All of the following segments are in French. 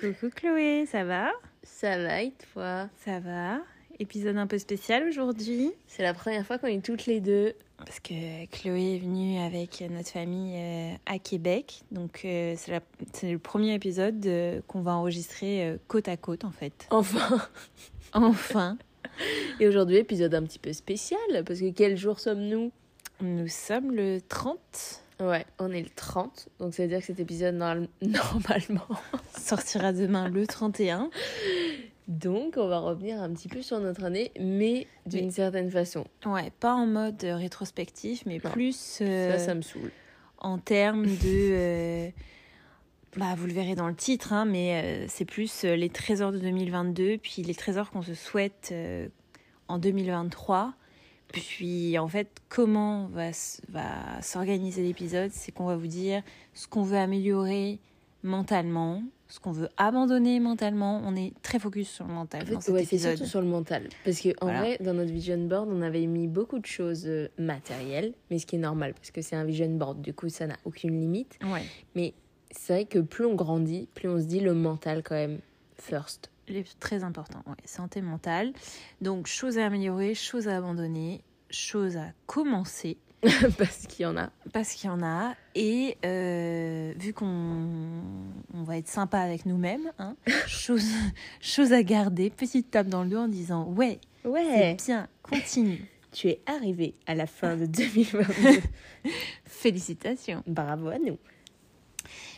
Coucou Chloé, ça va Ça va et toi Ça va. Épisode un peu spécial aujourd'hui. C'est la première fois qu'on est toutes les deux. Parce que Chloé est venue avec notre famille euh, à Québec. Donc euh, c'est la- c'est le premier épisode euh, qu'on va enregistrer euh, côte à côte en fait. Enfin Enfin, Et aujourd'hui, épisode un petit peu spécial, parce que quel jour sommes-nous nous sommes le 30. Ouais, on est le 30, donc ça veut dire que cet épisode, normal- normalement... Sortira demain le 31. Donc, on va revenir un petit peu sur notre année, mais d'une Mais- certaine façon. Ouais, pas en mode euh, rétrospectif, mais Non. plus euh, Ça, ça me saoule. en termes de... euh, bah, vous le verrez dans le titre, hein, mais euh, c'est plus euh, les trésors de 2022, puis les trésors qu'on se souhaite euh, en 2023. Puis en fait, comment va, s- va s'organiser l'épisode C'est qu'on va vous dire ce qu'on veut améliorer mentalement, ce qu'on veut abandonner mentalement. On est très focus sur le mental En dans fait, cet ouais, c'est épisode. surtout sur le mental. Parce que, en Voilà. vrai, dans notre vision board, on avait mis beaucoup de choses euh, matérielles, mais ce qui est normal, parce que c'est un vision board, du coup, ça n'a aucune limite. Ouais. C'est vrai que plus on grandit, plus on se dit le mental, quand même, first. Les- très important, ouais, santé mentale. Donc, choses à améliorer, choses à abandonner, choses à commencer, parce qu'il y en a. parce qu'il y en a. Et euh, vu qu'on on va être sympa avec nous-mêmes, hein, choses, choses à garder, petite tape dans le dos en disant Ouais, Ouais, c'est bien, continue, tu es arrivé à la fin de 2022. félicitations. Bravo à nous.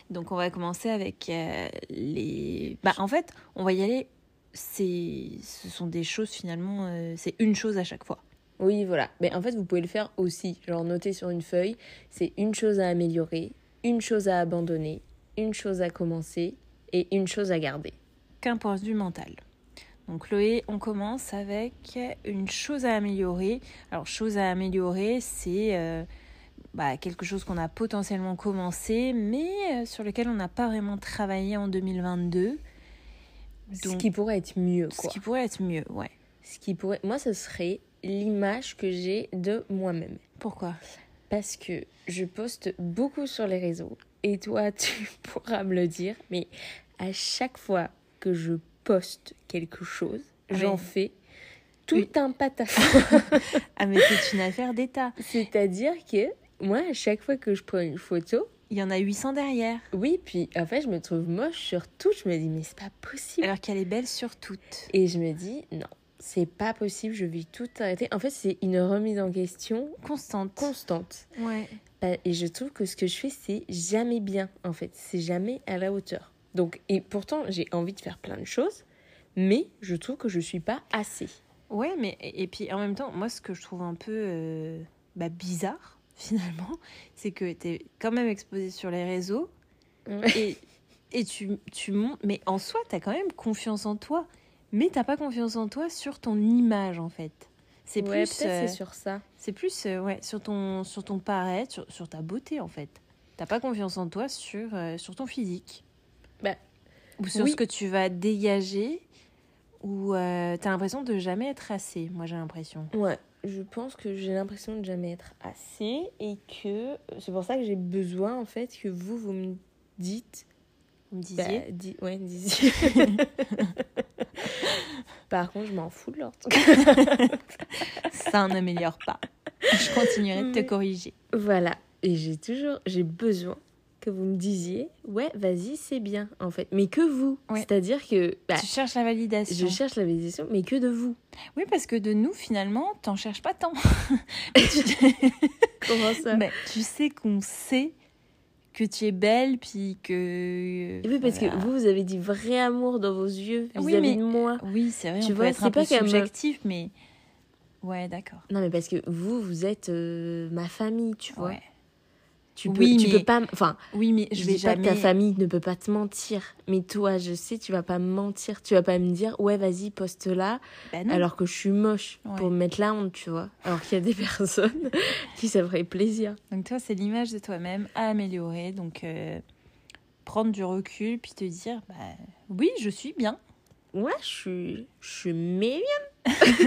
Donc, on va commencer avec euh, les. Bah, en fait, on va y aller. C'est, ce sont des choses finalement, euh, c'est une chose à chaque fois. Oui, voilà. Mais en fait, vous pouvez le faire aussi. Genre, noter sur une feuille, c'est une chose à améliorer, une chose à abandonner, une chose à commencer et une chose à garder. qu'un point de vue mental. Donc Chloé, on commence avec une chose à améliorer. Alors chose à améliorer, c'est euh, bah, quelque chose qu'on a potentiellement commencé, mais euh, sur lequel on n'a pas vraiment travaillé en 2022. ce Donc- qui pourrait être mieux, Ce quoi. qui pourrait être mieux, ouais. Ce qui pourrait... Moi, ce serait l'image que j'ai de moi-même. Pourquoi Parce que je poste beaucoup sur les réseaux. Et toi, tu pourras me le dire. Mais à chaque fois que je poste quelque chose, Ah j'en oui. fais tout Oui. un patafin. Ah mais c'est une affaire d'État. C'est-à-dire que moi, à chaque fois que je prends une photo, Il y en a 800 derrière, oui, puis en fait, je me trouve moche sur tout. Je me dis, mais c'est pas possible. alors qu'elle est belle sur toutes. Et je me dis, non, c'est pas possible, je vais tout arrêter. En fait, c'est une remise en question Constante. constante. ouais. Bah, Et je trouve que ce que je fais, c'est jamais bien, en fait. C'est jamais à la hauteur. Donc, et pourtant, j'ai envie de faire plein de choses, mais je trouve que je suis pas assez. Ouais, mais et et puis en même temps, moi, ce que je trouve un peu euh, bah, bizarre finalement, c'est que t'es quand même exposé sur les réseaux Ouais. et, et tu, tu montes. Mais en soi, t'as quand même confiance en toi, mais t'as pas confiance en toi sur ton image en fait. C'est Ouais, plus, peut-être euh, c'est sur ça. c'est plus euh, ouais, sur ton sur ton paraître, sur, sur ta beauté en fait. T'as pas confiance en toi sur euh, sur ton physique. Bah, ou sur oui. ce que tu vas dégager. Ou euh, t'as l'impression de jamais être assez. Moi, j'ai l'impression. Ouais, je pense que j'ai l'impression de jamais être assez et que euh, c'est pour ça que j'ai besoin en fait que vous vous me dites Vous me bah, disiez di- ouais, disiez. Par contre, je m'en fous de leur truc. Bah. ça n'améliore pas. Je continuerai de te Mais- corriger. Voilà, et j'ai toujours j'ai besoin que vous me disiez ouais, vas-y, c'est bien en fait, mais que vous. Ouais. C'est-à-dire que bah, tu cherches la je validation. cherche la validation mais que de vous. Oui, parce que de nous, finalement, t'en cherches pas tant. Comment ça Mais tu sais qu'on sait que tu es belle, puis que... Oui, parce Voilà. que vous vous avez dit vrai amour dans vos yeux Oui, vis-à-vis mais- de moi. Oui, c'est vrai, Tu on peut vois, être c'est un peu pas euh, qu'elle me- subjectif, mais... Ouais, d'accord. Non, mais parce que vous, vous êtes euh, ma famille, tu vois. Ouais. Tu peux, Oui, tu mais- peux pas. m- Enfin, Oui, mais je, je dis vais jamais... pas que ta famille ne peut pas te mentir. Mais toi, je sais, tu vas pas me mentir. Tu vas pas me dire, ouais, vas-y, poste là, Bah non. alors que je suis moche Ouais. pour me mettre la honte, tu vois. Alors qu'il y a des personnes qui ça ferait plaisir. Donc toi, c'est l'image de toi-même à améliorer. Donc euh, prendre du recul, puis te dire, bah, oui, je suis bien. Ouais, je suis, je suis mignonne.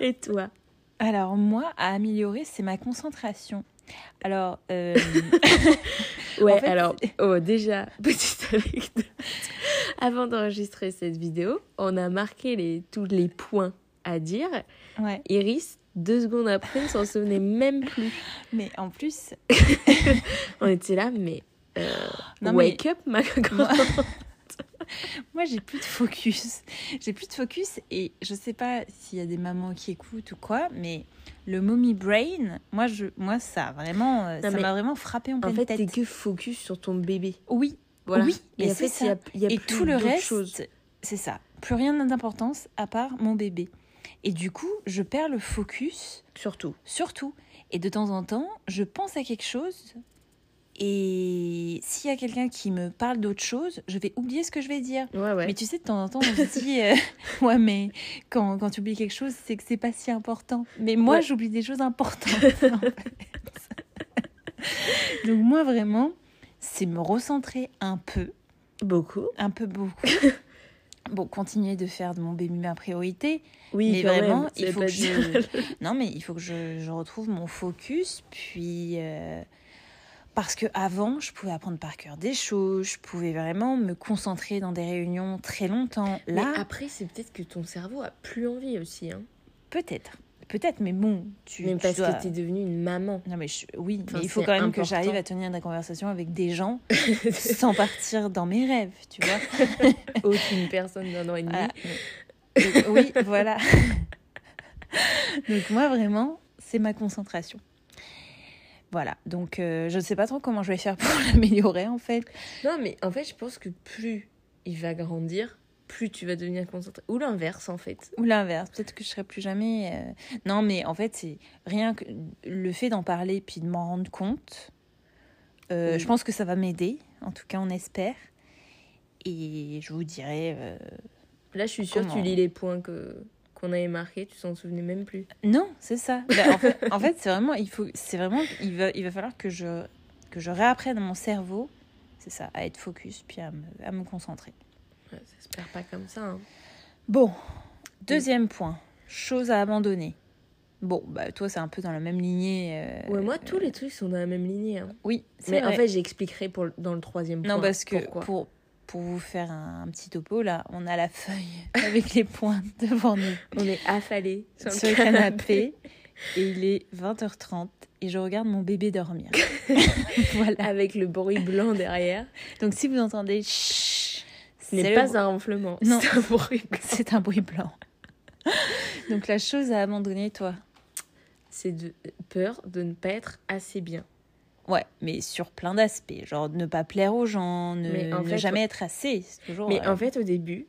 Et toi Alors moi, à améliorer, c'est ma concentration. Alors, euh, Ouais, En fait, alors, oh, déjà, petite anecdote. Avant d'enregistrer cette vidéo, on a marqué les, tous les points à dire. Ouais. Iris, deux secondes après, ne s'en souvenait même plus. Mais en plus, On était là, mais euh, Non, mais- wake up, ma grande. Moi, j'ai plus de focus. J'ai plus de focus et je sais pas s'il y a des mamans qui écoutent ou quoi, mais le mommy brain, moi, je, moi ça vraiment, euh, Non, ça mais m'a vraiment frappé en En pleine fait, t'es tête. que focus sur ton bébé. Oui, Voilà. Oui, et mais en fait, c'est il y a, ça. il y a et plus tout le d'autres reste, choses. c'est ça. Plus rien n'a d'importance à part mon bébé. Et du coup, je perds le focus Surtout. surtout. Et de temps en temps, je pense à quelque chose. Et s'il y a quelqu'un qui me parle d'autre chose, je vais oublier ce que je vais dire. Ouais, ouais. Mais tu sais, de temps en temps, on se dit, euh, ouais, mais quand, quand tu oublies quelque chose, c'est que c'est pas si important. Mais moi, Ouais. j'oublie des choses importantes. en fait. Donc, moi, vraiment, c'est me recentrer un peu, Beaucoup. un peu beaucoup. Bon, continuer de faire de mon bébé ma priorité. Oui, mais quand même, vraiment, ça il veut faut pas que dire- je... Non, mais il faut que je, je retrouve mon focus, puis... euh, Parce que avant, je pouvais apprendre par cœur des choses, je pouvais vraiment me concentrer dans des réunions très longtemps. Mais Là, après, c'est peut-être que ton cerveau a plus envie aussi. Hein. Peut-être. Peut-être, mais bon, tu, Même tu parce dois- que t'es devenue une maman. Non, mais je- oui, Enfin, mais il faut c'est quand même que important. j'arrive à tenir des conversations avec des gens sans partir dans mes rêves, tu vois. Ah Aucune personne d'un an et demi. Voilà. Donc, oui, voilà. donc moi, vraiment, c'est ma concentration. Voilà, donc euh, je ne sais pas trop comment je vais faire pour l'améliorer, en fait. Non, mais en fait, je pense que plus il va grandir, plus tu vas devenir concentré. Ou l'inverse, en fait. Ou l'inverse, peut-être que je serai plus jamais... euh, Non, mais en fait, c'est rien que le fait d'en parler puis de m'en rendre compte, euh, Oui. je pense que ça va m'aider, en tout cas on espère. Et je vous dirai... euh, Là, je suis sûre, Comment tu lis les points que qu'on avait marqués, tu t'en souvenais même plus. Non, c'est ça. Bah, en fait, en fait, c'est vraiment... Il, faut, c'est vraiment il, va, il va falloir que je, que je réapprenne à mon cerveau, c'est ça, à être focus puis à me, à me concentrer. Ouais, ça se perd pas comme ça. hein. Bon, deuxième point, chose à abandonner. Bon, bah toi c'est un peu dans la même lignée. euh, Ouais, moi, tous les trucs sont dans la même lignée. hein. Oui, c'est Mais en vrai. fait, j'expliquerai pour le- dans le troisième point. Non, parce que pourquoi. pour, pour vous faire un, un petit topo, là, on a la feuille avec les points devant nous On est affalés sur sur le le canapé. canapé. Et il est 20h30 et je regarde mon bébé dormir. voilà. Avec le bruit blanc derrière. Donc si vous entendez chut, Ce c'est n'est le pas bruit- un ronflement. Non. C'est un bruit. blanc. c'est un bruit blanc. Donc la chose à abandonner, toi. C'est de peur de ne pas être assez bien. Ouais, mais sur plein d'aspects, genre ne pas plaire aux gens, ne, Mais en ne fait, jamais être assez, c'est toujours Mais euh, en fait, au début,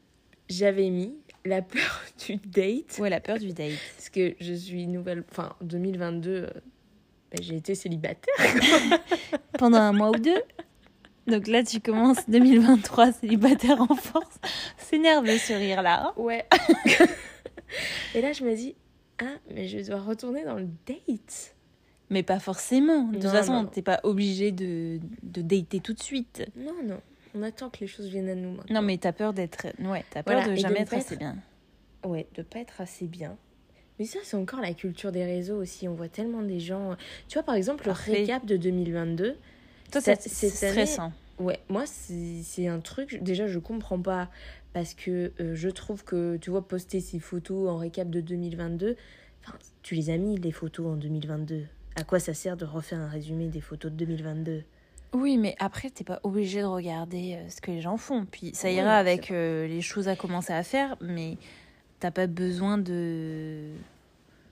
j'avais mis la peur du date. ouais, la peur du date. Parce que je suis nouvelle. Enfin, 2022, euh, bah, j'ai été célibataire. pendant un mois ou deux. Donc là, tu commences 2023 célibataire en force. C'est nerveux ce rire-là. hein. Ouais. Et là, je me dis, ah, mais je dois retourner dans le date. Mais pas forcément. De toute Non, façon, non. t'es pas obligé de, de dater tout de suite. Non, non. On attend que les choses viennent à nous maintenant. Non, mais t'as peur d'être. Ouais, t'as peur Voilà, de et de jamais ne être pas assez être- bien. Ouais, de pas être assez bien. Mais ça, c'est encore la culture des réseaux aussi. On voit tellement des gens. Tu vois, par exemple, le Parfait. récap de 2022. Toi, Ça- c'est c'est c'est cette année- stressant. Ouais, moi, c'est c'est un truc. Déjà, je comprends pas. Parce que euh, je trouve que, tu vois, poster ces photos en récap de 2022. Enfin, tu les as mis, les photos en 2022. À quoi ça sert de refaire un résumé des photos de 2022 Oui, mais après, t'es pas obligé de regarder euh, ce que les gens font. Puis ça Ouais, ira c'est avec euh, les choses à commencer à faire, mais t'as pas besoin de.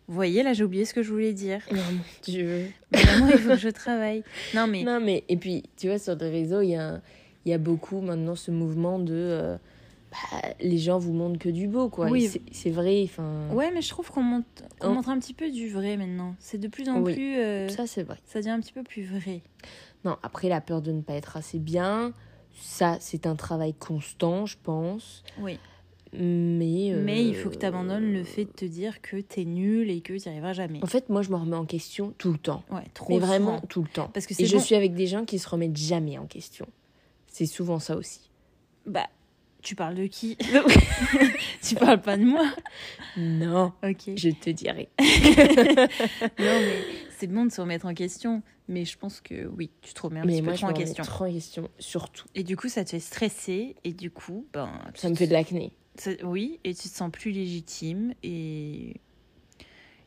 Vous voyez, là, j'ai oublié ce que je voulais dire. Non, Oh mon Dieu. Vraiment, il faut que je travaille. Non, mais. Non, mais et puis, tu vois, sur les réseaux, il y a, il y a beaucoup maintenant ce mouvement de. euh, bah, les gens vous montrent que du beau, quoi. Oui. Et c'est- C'est vrai, enfin. Ouais, mais je trouve qu'on monte, qu'on On- montre un petit peu du vrai maintenant. C'est de plus en Oh. Oui. plus. euh, Ça, ça... c'est vrai. devient un petit peu plus vrai. Non, après, la peur de ne pas être assez bien, ça, c'est un travail constant, je pense. Oui. Mais. euh, Mais il faut que tu abandonnes le fait de te dire que t'es nul et que t'y arriveras jamais. En fait, moi, je me remets en question tout le temps. Ouais, trop Mais vraiment souvent. tout le temps. Parce que c'est Et je bon. suis avec des gens qui se remettent jamais en question. C'est souvent ça aussi. Bah, tu parles de qui Tu parles pas de moi Non, Ok. je te dirai. Non, mais c'est bon de se remettre en question, mais je pense que oui, tu te remets un Mais petit moi, peu je trop en me remets question. trop en question, surtout. Et du coup, ça te fait stresser, et du coup, ben, Ça tu me te- fait de l'acné. ça- oui, et tu te sens plus légitime, et,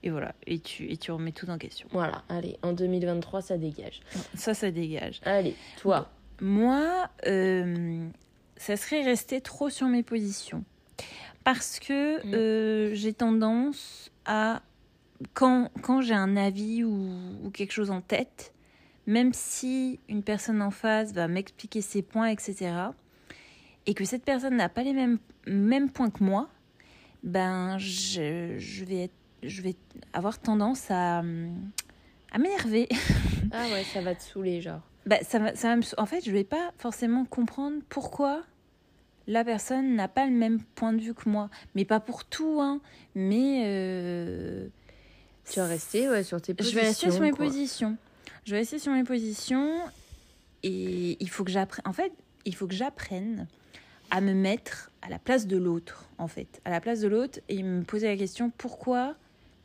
et voilà, et tu, et tu remets tout en question. Voilà, allez, en 2023, ça dégage. Ça, ça dégage. Allez, toi. Moi, euh, ça serait rester trop sur mes positions. Parce que Mm. euh, j'ai tendance à, quand, quand j'ai un avis ou, ou quelque chose en tête, même si une personne en face va m'expliquer ses points, etc., et que cette personne n'a pas les mêmes, mêmes points que moi, ben je, je vais, être- je vais avoir tendance à, hum, à m'énerver. Ah ouais, ça va te saouler, genre. Bah, ça, va- ça va me sou- En fait, je vais pas forcément comprendre pourquoi la personne n'a pas le même point de vue que moi. Mais pas pour tout, hein. Mais. euh, Tu vas rester ouais, sur tes Je positions. vais rester sur mes quoi. positions. Je vais rester sur mes positions. Et il faut que j'apprenne. En fait, il faut que j'apprenne à me mettre à la place de l'autre, en fait. À la place de l'autre et me poser la question pourquoi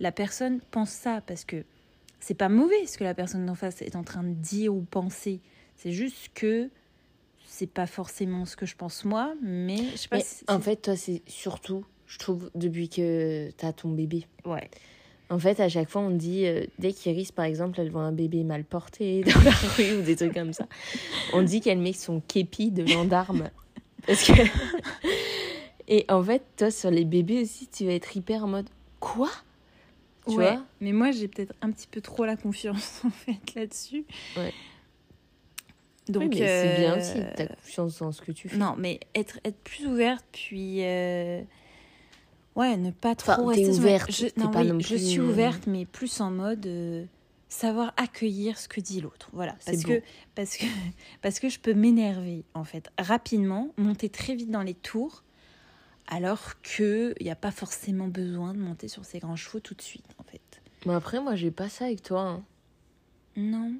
la personne pense ça. Parce que c'est pas mauvais ce que la personne d'en face est en train de dire ou penser. C'est juste que c'est pas forcément ce que je pense moi, mais je sais pas Mais si. en fait, toi, c'est surtout, je trouve, depuis que t'as ton bébé. Ouais. En fait, à chaque fois, on dit, euh, dès qu'Iris, par exemple, elle voit un bébé mal porté dans la rue ou des trucs comme ça, on dit qu'elle met son képi de gendarme. Parce que. Et en fait, toi, sur les bébés aussi, tu vas être hyper en mode Quoi Tu Ouais. vois Mais moi, j'ai peut-être un petit peu trop la confiance, en fait, là-dessus. Ouais. Donc, Oui, mais c'est bien euh, aussi, t'as confiance dans ce que tu fais. Non, mais être, être plus ouverte, puis. euh, Ouais, ne pas trop Enfin, t'es rester sur- ouverte, Je, t'es non, pas oui, non je plus, suis euh, ouverte, mais plus en mode euh, savoir accueillir ce que dit l'autre. Voilà. C'est Parce beau. que, parce, que, parce que je peux m'énerver, en fait, rapidement, monter très vite dans les tours, alors qu'il n'y a pas forcément besoin de monter sur ses grands chevaux tout de suite, en fait. Mais après, moi, j'ai pas ça avec toi. hein. Non.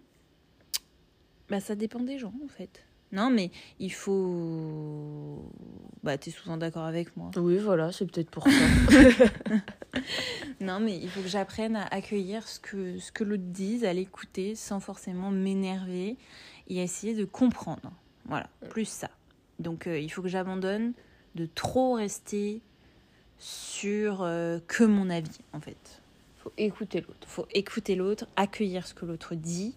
Bah, ça dépend des gens, en fait. Non, mais il faut. Bah, t'es souvent d'accord avec moi. Oui, voilà, c'est peut-être pour ça. Non, mais il faut que j'apprenne à accueillir ce que, ce que l'autre dise, à l'écouter sans forcément m'énerver et à essayer de comprendre. Voilà, plus ça. Donc, euh, il faut que j'abandonne de trop rester sur euh, que mon avis, en fait. Faut écouter l'autre. faut écouter l'autre, accueillir ce que l'autre dit,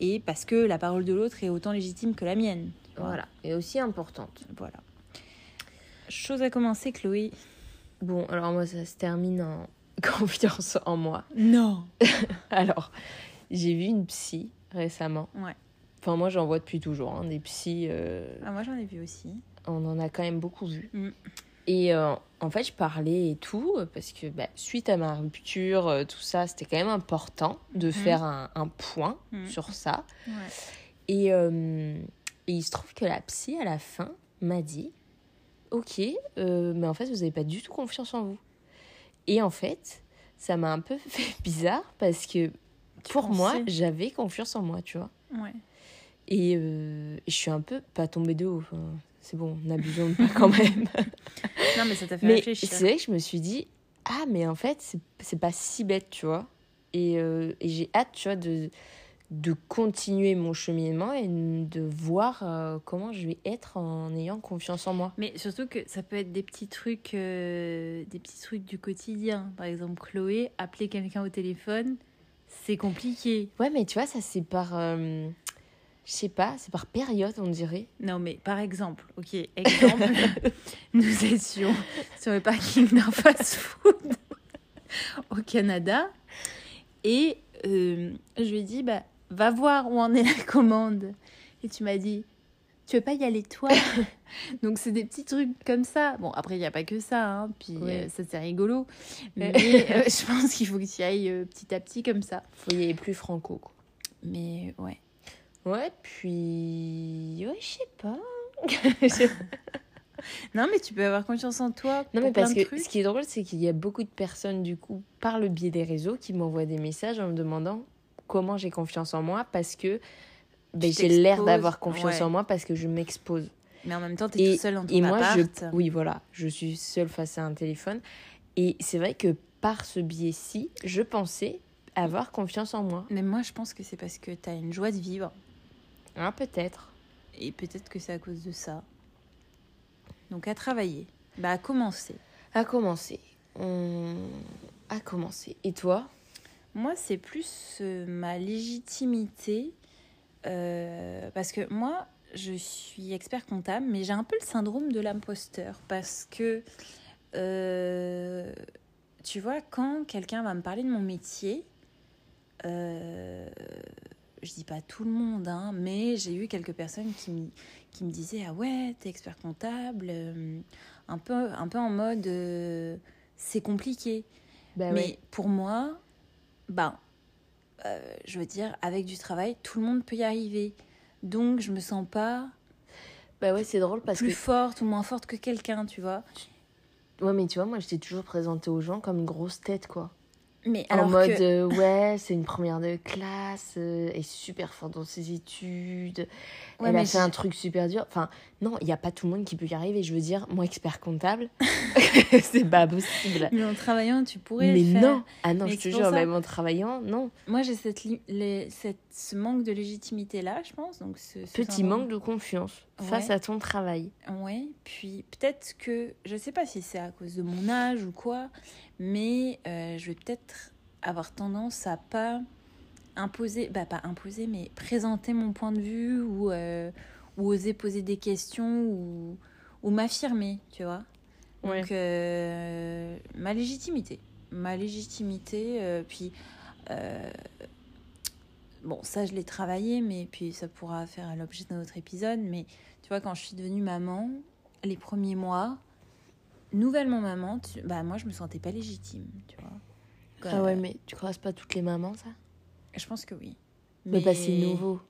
et parce que la parole de l'autre est autant légitime que la mienne. Voilà. Et aussi importante. Voilà. Chose à commencer, Chloé. Bon, alors moi, ça se termine en confiance en moi. Non. Alors, j'ai vu une psy récemment. Ouais. Enfin, moi, j'en vois depuis toujours, hein, des psys. euh, Ah, moi j'en ai vu aussi. on en a quand même beaucoup vu. Mm. Et euh, en fait, je parlais et tout, parce que bah, suite à ma rupture, euh, tout ça, c'était quand même important de faire un, un point Mm. sur ça. Ouais. Et, euh, et il se trouve que la psy, à la fin, m'a dit Ok, euh, mais en fait, vous n'avez pas du tout confiance en vous. Et en fait, ça m'a un peu fait bizarre parce que pour moi, pensais. j'avais confiance en moi, tu vois. Ouais. Et euh, je suis un peu pas tombée de haut. enfin, c'est bon, n'abusons pas quand même. Non, mais ça t'a fait mais réfléchir. c'est vrai que je me suis dit Ah, mais en fait, c'est- c'est pas si bête, tu vois. Et, euh, et j'ai hâte, tu vois, de, de continuer mon cheminement et de voir euh, comment je vais être en ayant confiance en moi. Mais surtout que ça peut être des petits trucs, euh, des petits trucs du quotidien. Par exemple, Chloé, appeler quelqu'un au téléphone, c'est compliqué. Ouais, mais tu vois, ça c'est par. euh, je sais pas, c'est par période, on dirait. Non, mais par exemple, ok, exemple, nous étions sur le parking d'un fast-food au Canada et euh, je lui ai dit, bah, va voir où en est la commande. Et tu m'as dit, tu veux pas y aller toi Donc c'est des petits trucs comme ça. Bon, après, il n'y a pas que ça, hein, puis Ouais. euh, ça c'est rigolo. Ouais. Mais euh, je pense qu'il faut que tu y ailles euh, petit à petit comme ça. Faut y aller plus franco, quoi. Mais ouais. Ouais, puis. Ouais, je sais pas. Je sais pas. Non, mais tu peux avoir confiance en toi. non, pour mais plein parce de que trucs. ce qui est drôle, c'est qu'il y a beaucoup de personnes, du coup, par le biais des réseaux, qui m'envoient des messages en me demandant comment j'ai confiance en moi parce que ben, j'ai l'air t'exposes, d'avoir confiance ouais. en moi parce que je m'expose. Mais en même temps, Et- t'es tout seul dans ton Et moi, appart. je, oui, voilà, je suis seule face à un téléphone. Et c'est vrai que par ce biais-ci, je pensais avoir confiance en moi. Mais moi, je pense que c'est parce que t'as une joie de vivre. Ah, peut-être. Et peut-être que c'est à cause de ça. Donc à travailler. Bah à commencer. À commencer. On... À commencer. Et toi Moi, c'est plus euh, ma légitimité. euh, parce que moi, je suis expert comptable, mais j'ai un peu le syndrome de l'imposteur. Parce que, euh, tu vois, quand quelqu'un va me parler de mon métier, euh, je dis pas tout le monde, hein, mais j'ai eu quelques personnes qui, me- qui me disaient Ah ouais, t'es expert comptable. euh, un, peu, un peu en mode euh, C'est compliqué. Bah Mais pour moi, ben, euh, je veux dire, avec du travail, tout le monde peut y arriver. Donc, je me sens pas Bah ouais, c'est drôle parce plus que. forte ou moins forte que quelqu'un, tu vois. Ouais, mais tu vois, moi, je t'ai toujours présenté aux gens comme une grosse tête, quoi. Mais alors en mode, que, euh, ouais, c'est une première de classe, euh, elle est super forte dans ses études, Ouais, elle a mais fait je- un truc super dur. Enfin, non, il n'y a pas tout le monde qui peut y arriver. Je veux dire, moi, expert comptable, c'est pas possible. mais en travaillant, tu pourrais Mais le faire. non, ah non, Mais je te c'est pour jure, ça. même en travaillant, non. Moi, j'ai cette, li- les- cette- ce manque de légitimité là, je pense. Donc, ce, ce Petit syndrome. manque de confiance face Ouais. à ton travail. Ouais, puis peut-être que, je sais pas si c'est à cause de mon âge ou quoi, mais euh, je vais peut-être avoir tendance à pas imposer, bah pas imposer, mais présenter mon point de vue ou, euh, ou oser poser des questions ou, ou m'affirmer, tu vois. Donc, euh, ma légitimité. Ma légitimité, euh, puis. euh, bon, ça, je l'ai travaillé, mais puis ça pourra faire l'objet d'un autre épisode. Mais tu vois, quand je suis devenue maman, les premiers mois, nouvellement maman, tu- bah, moi, je me sentais pas légitime, tu vois. Bah Ah ouais, mais tu croises pas toutes les mamans, ça Je pense que oui. Mais bah, c'est nouveau.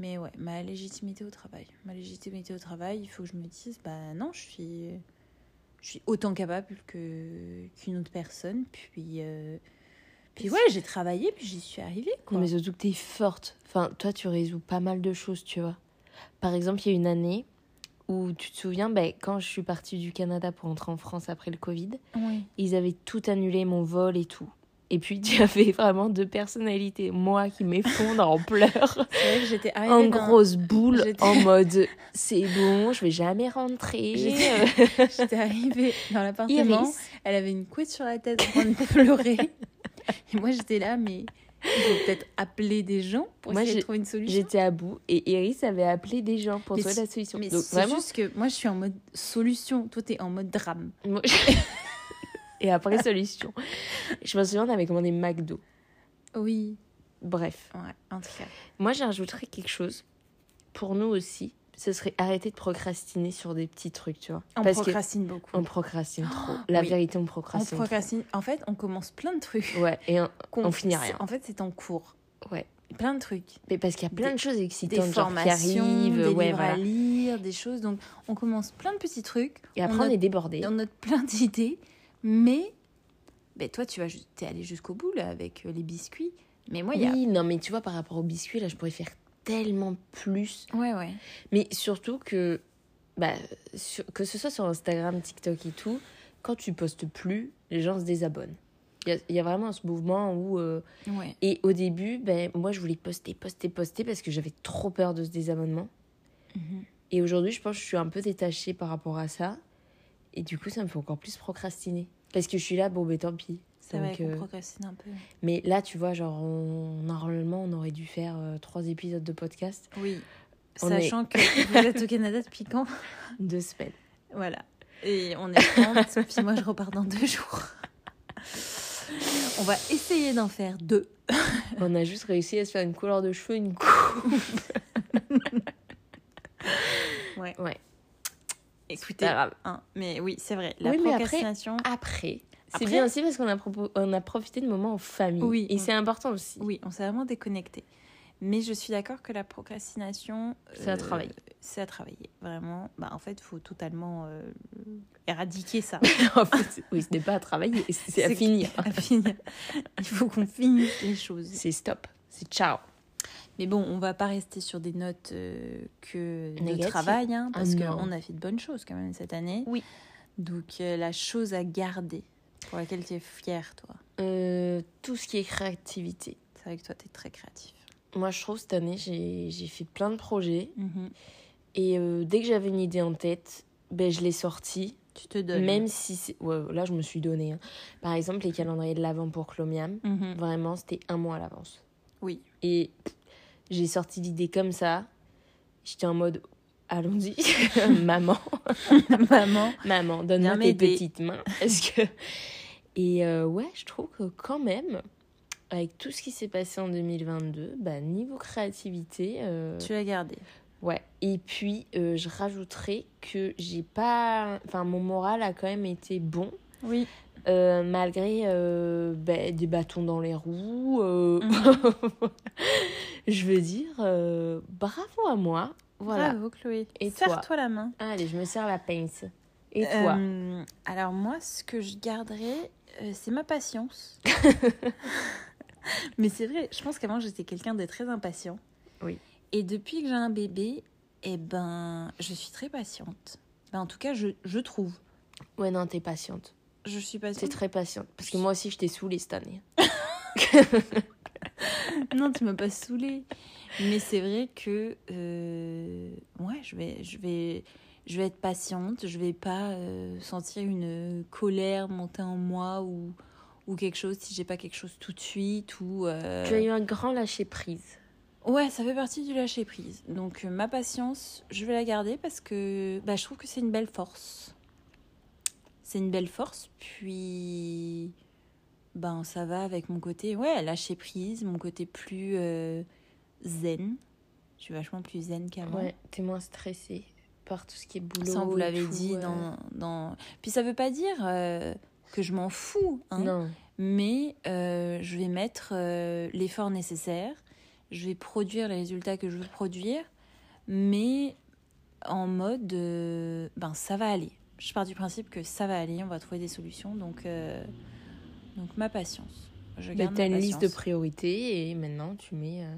Mais ouais, ma légitimité au travail. Ma légitimité au travail, il faut que je me dise, bah non, je suis, je suis autant capable que qu'une autre personne. Puis, euh, puis ouais, j'ai travaillé, puis j'y suis arrivée. Quoi. Non, mais surtout que t'es forte. Enfin, toi, tu résous pas mal de choses, tu vois. Par exemple, il y a une année où, tu te souviens, ben, quand je suis partie du Canada pour entrer en France après le Covid, Oui. ils avaient tout annulé, mon vol et tout. Et puis, tu avais vraiment deux personnalités. Moi qui m'effondre en pleurs, C'est vrai que j'étais arrivée. en d'un- grosse boule, J'étais- en mode c'est bon, je vais jamais rentrer. J'étais- J'étais arrivée dans l'appartement. Iris. Elle avait une couette sur la tête en train de pleurer. Et moi, j'étais là, mais il faut peut-être appeler des gens pour Moi, essayer de j'ai- trouver une solution. J'étais à bout et Iris avait appelé des gens pour Mais trouver c'est- la solution. Mais Donc, c'est vraiment, juste que moi, je suis en mode solution. Toi, t'es en mode drame. Moi- Et après, solution. Je me souviens, on avait commandé McDo. Oui. Bref. Ouais, en tout cas. Moi, j'ajouterais quelque chose. Pour nous aussi, ce serait arrêter de procrastiner sur des petits trucs, tu vois. On Parce que procrastine beaucoup. on procrastine trop. La oui. vérité, on On procrastine. procrastine. En fait, on commence plein de trucs. trop. Ouais, et on- qu'on- on finit rien. En fait, c'est en cours. ouais. Plein de trucs. Mais parce qu'il y a plein Des- de choses Des excitantes genre, qui formations, arrivent. des ouais, livres à voilà. lire, des choses. Donc, on commence plein de petits trucs. Et après, on, on note, est débordé. on note plein d'idées. Mais ben, toi, tu vas juste- t'es allé jusqu'au bout là, avec euh, les biscuits. Mais moi, il y Oui, non, mais tu vois, par rapport aux biscuits, là, je pourrais faire tellement plus. a. Ouais, ouais. Mais surtout que, bah, sur- que ce soit sur Instagram, TikTok et tout, quand tu postes plus, les gens se désabonnent. Il y a- il y, a vraiment ce mouvement où. euh, ouais. Et au début, ben, moi, je voulais poster, poster, poster parce que j'avais trop peur de ce désabonnement. Mhm. Et aujourd'hui, je pense que je suis un peu détachée par rapport à ça. Et du coup, ça me fait encore plus procrastiner. Parce que je suis là, bon, ben tant pis. C'est vrai Donc, qu'on euh, procrastine un peu. Mais là, tu vois, genre, on- normalement, on aurait dû faire euh, trois épisodes de podcast, Oui. on est- Sachant que vous êtes au Canada depuis quand deux semaines. Voilà. Et on est 30, puis moi je repars dans deux jours. On va essayer d'en faire deux. On a juste réussi à se faire une couleur de cheveux, une coupe. Ouais. Ouais. Écoutez, hein. mais oui, c'est vrai. La Oui, mais après- procrastination. Après, c'est Après- bien aussi parce qu'on a, propo- on a profité de moments en famille. Oui. Et c'est important aussi. Oui, on s'est vraiment déconnecté. Mais je suis d'accord que la procrastination. euh, C'est à travailler. C'est à travailler. Vraiment. Bah, en fait, il faut totalement euh, éradiquer ça. En fait, c'est- oui, ce n'est pas à travailler, c'est- c'est à C'est- finir. à finir. Il faut qu'on finisse les choses. C'est stop. C'est ciao. Mais bon, on va pas rester sur des notes euh, que de Négatives. travail, hein, Ah parce non. qu'on a fait de bonnes choses quand même cette année. Oui. Donc euh, la chose à garder, Pour laquelle tu es fière, toi Euh, tout ce qui est créativité. C'est vrai que toi, tu es très créatif. Moi, je trouve cette année, j'ai j'ai fait plein de projets. Mhm. Et euh, dès que j'avais une idée en tête, ben, je l'ai sortie. Tu te donnes. Même si. c'est- Ouais, là, je me suis donné. hein. Par exemple, les calendriers de l'avant pour Clomiam. Mhm. Vraiment, c'était un mois à l'avance. Oui. Et pff, j'ai sorti l'idée comme ça. J'étais en mode. Allons-y, maman. Maman. Maman, donne-moi Viens tes m'aider. petites mains. Est-ce que... Et euh, ouais, je trouve que quand même, avec tout ce qui s'est passé en 2022, bah, niveau créativité, euh, Tu l'as gardé. ouais. Et puis, euh, je rajouterais que j'ai pas... Enfin, mon moral a quand même été bon, Oui. euh, malgré euh, bah, des bâtons dans les roues. euh, Mhm. je veux dire, euh, bravo à moi. Voilà. Bravo, Chloé. Et toi Serre-toi la main. Allez, je me sers la pince. Et toi Euh, Alors moi, ce que je garderai, euh, c'est ma patience. Mais c'est vrai, je pense qu'avant j'étais quelqu'un de très impatient. Oui. Et depuis que j'ai un bébé, eh ben, je suis très patiente. Ben, en tout cas, je, je trouve. Ouais, non, t'es patiente. Je suis T'es patiente. très patiente. Parce que moi aussi, je t'ai saoulée cette année. Non, tu m'as pas saoulée. Mais c'est vrai que euh, ouais, je vais, je vais, je vais être patiente. Je vais pas euh, sentir une colère monter en moi ou ou quelque chose si j'ai pas quelque chose tout de suite ou. euh, Tu as eu un grand lâcher-prise. Ouais, ça fait partie du lâcher prise. Donc euh, ma patience, je vais la garder parce que bah, je trouve que c'est une belle force. C'est une belle force, puis ben ça va avec mon côté ouais lâcher prise, mon côté plus euh, zen. Je suis vachement plus zen qu'avant. Ouais, t'es moins stressée par tout ce qui est boulot. ça on vous et l'avait tout, dit euh, dans, dans. Puis ça veut pas dire euh, que je m'en fous. Hein Non. mais euh, je vais mettre euh, l'effort nécessaire, je vais produire les résultats que je veux produire, mais en mode euh, ben ça va aller. Je pars du principe que ça va aller, on va trouver des solutions, donc euh, donc ma patience. Je Bah, garde t'as ma une liste de patience. priorités et maintenant, tu mets... euh,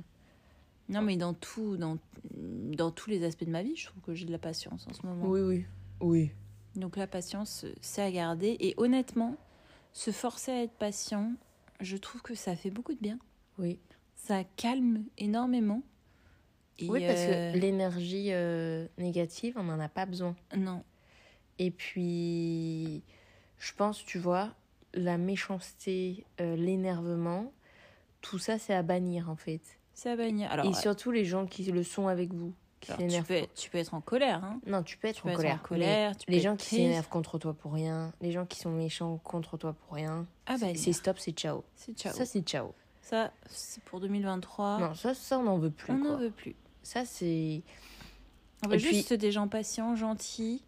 Non mais dans tout dans dans tous les aspects de ma vie, je trouve que j'ai de la patience en ce moment. Oui, oui. Oui. Donc la patience, euh, c'est à garder et honnêtement, se forcer à être patient, je trouve que ça fait beaucoup de bien. Oui, ça calme énormément. Et, oui parce euh, que l'énergie euh, négative, on n'en a pas besoin. Non, Et puis, je pense, tu vois, la méchanceté, euh, l'énervement, tout ça, c'est à bannir, en fait. ça va venir. Alors, euh, et surtout les gens qui le sont avec vous, qui alors, tu, s'énervent. peux, tu peux être en colère. hein. Non, tu peux être, Tu peux en, colère, en colère. tu mais Les peux gens être qui triste. s'énervent contre toi pour rien, les gens qui sont méchants contre toi pour rien, Ah bah, c'est c'est stop, c'est ciao. ciao. Ça, Ça, c'est ciao. c'est pour 2023. Non, ça, ça on n'en veut plus. on quoi. n'en veut plus. Ça, c'est. On veut Et juste des gens patients, gentils,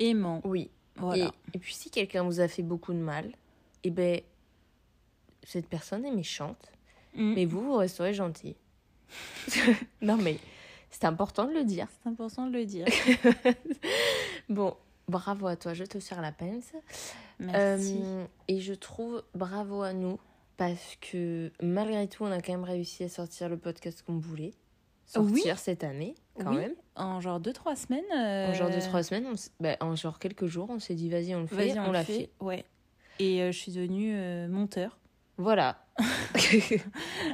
aimants. Oui. Voilà. Et, et puis, si quelqu'un vous a fait beaucoup de mal, eh ben, cette personne est méchante, Mm. mais vous, vous resterez gentil. non, mais c'est important de le dire. C'est important de le dire. Bon, bravo à toi, je te sers la pince. Merci. Euh, et je trouve bravo à nous parce que malgré tout, on a quand même réussi à sortir le podcast qu'on voulait sortir cette année quand Oui. même. En genre 2-3 semaines. En genre euh, deux trois semaines, on s- bah, en genre quelques jours, on s'est dit vas-y on le fait, Vas-y, on, on, le l'a fait. fait. Ouais. Et euh, je suis devenue euh, monteur. Voilà.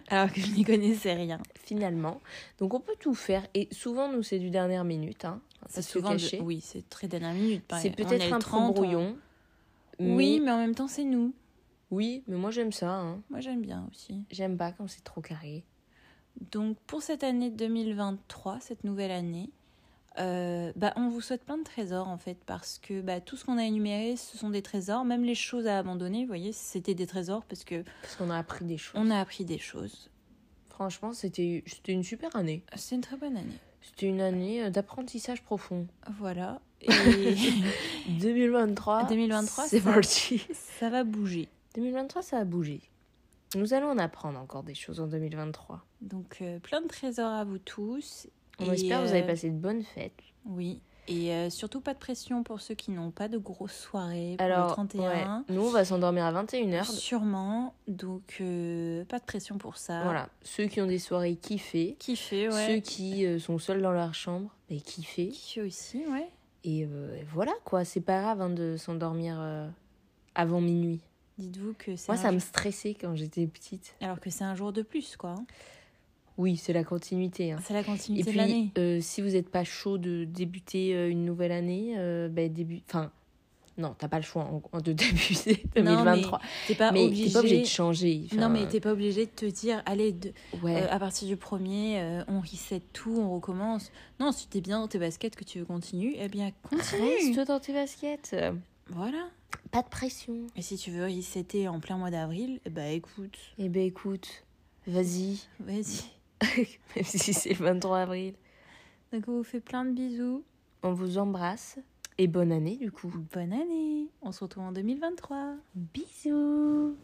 Alors que je n'y connaissais rien. Finalement, donc on peut tout faire et souvent nous c'est du dernière minute, hein. On va pas C'est se le souvent de- cacher. Oui, c'est très dernière minute. par C'est exemple. On est peut-être le un 30, peu on- brouillon. Oui, mais- mais en même temps, c'est nous. oui, mais moi j'aime ça. hein. Moi, j'aime bien aussi. J'aime pas quand c'est trop carré. Donc, pour cette année 2023, cette nouvelle année, euh, bah, on vous souhaite plein de trésors, en fait, parce que bah, tout ce qu'on a énuméré, ce sont des trésors. Même les choses à abandonner, vous voyez, c'était des trésors parce que Parce qu'on a appris des choses. on a appris des choses. Franchement, c'était c'était une super année. C'est une très bonne année. C'était une année euh, d'apprentissage profond. Voilà. Et 2023. 2023, c'est ça- parti. ça va bouger. 2023, ça a bougé. Nous allons en apprendre encore des choses en 2023. Donc, euh, plein de trésors à vous tous. On Et, espère que vous avez euh, passé de bonnes fêtes. Oui, et euh, surtout pas de pression pour ceux qui n'ont pas de grosses soirées pour Alors, le 31. ouais, nous, on va s'endormir à 21h. Sûrement, donc euh, pas de pression pour ça. Voilà. Ceux qui ont des soirées, kiffez. Kiffer, ouais. Ceux qui euh, sont seuls dans leur chambre, ben, kiffez. Kiffer aussi, ouais. Et euh, voilà, quoi. C'est pas grave hein, de s'endormir euh, avant minuit. Dites-vous que c'est. Moi, un ça me jour- stressait quand j'étais petite. Alors que c'est un jour de plus, quoi. hein. Oui, c'est la continuité. hein. C'est la Et continuité de puis, l'année. euh, si vous n'êtes pas chaud de débuter euh, une nouvelle année, euh, ben, début... enfin, non, t'as pas le choix en gros, de débuter Non, mais 2023. T'es pas mais obligé. t'es pas obligé de changer. enfin, non, mais t'es pas obligé de te dire, allez, de- ouais. euh, à partir du premier, euh, on reset tout, on recommence. Non, si t'es bien dans tes baskets, que tu veux continuer, eh bien, continue. Reste dans tes baskets. Voilà. Pas de pression. Et si tu veux resetter en plein mois d'avril, eh ben écoute, Eh ben écoute, vas-y. vas-y. Même si c'est le 23 avril. Donc on vous fait plein de bisous. On vous embrasse et bonne année du coup. Bonne année. On se retrouve en 2023. Bisous.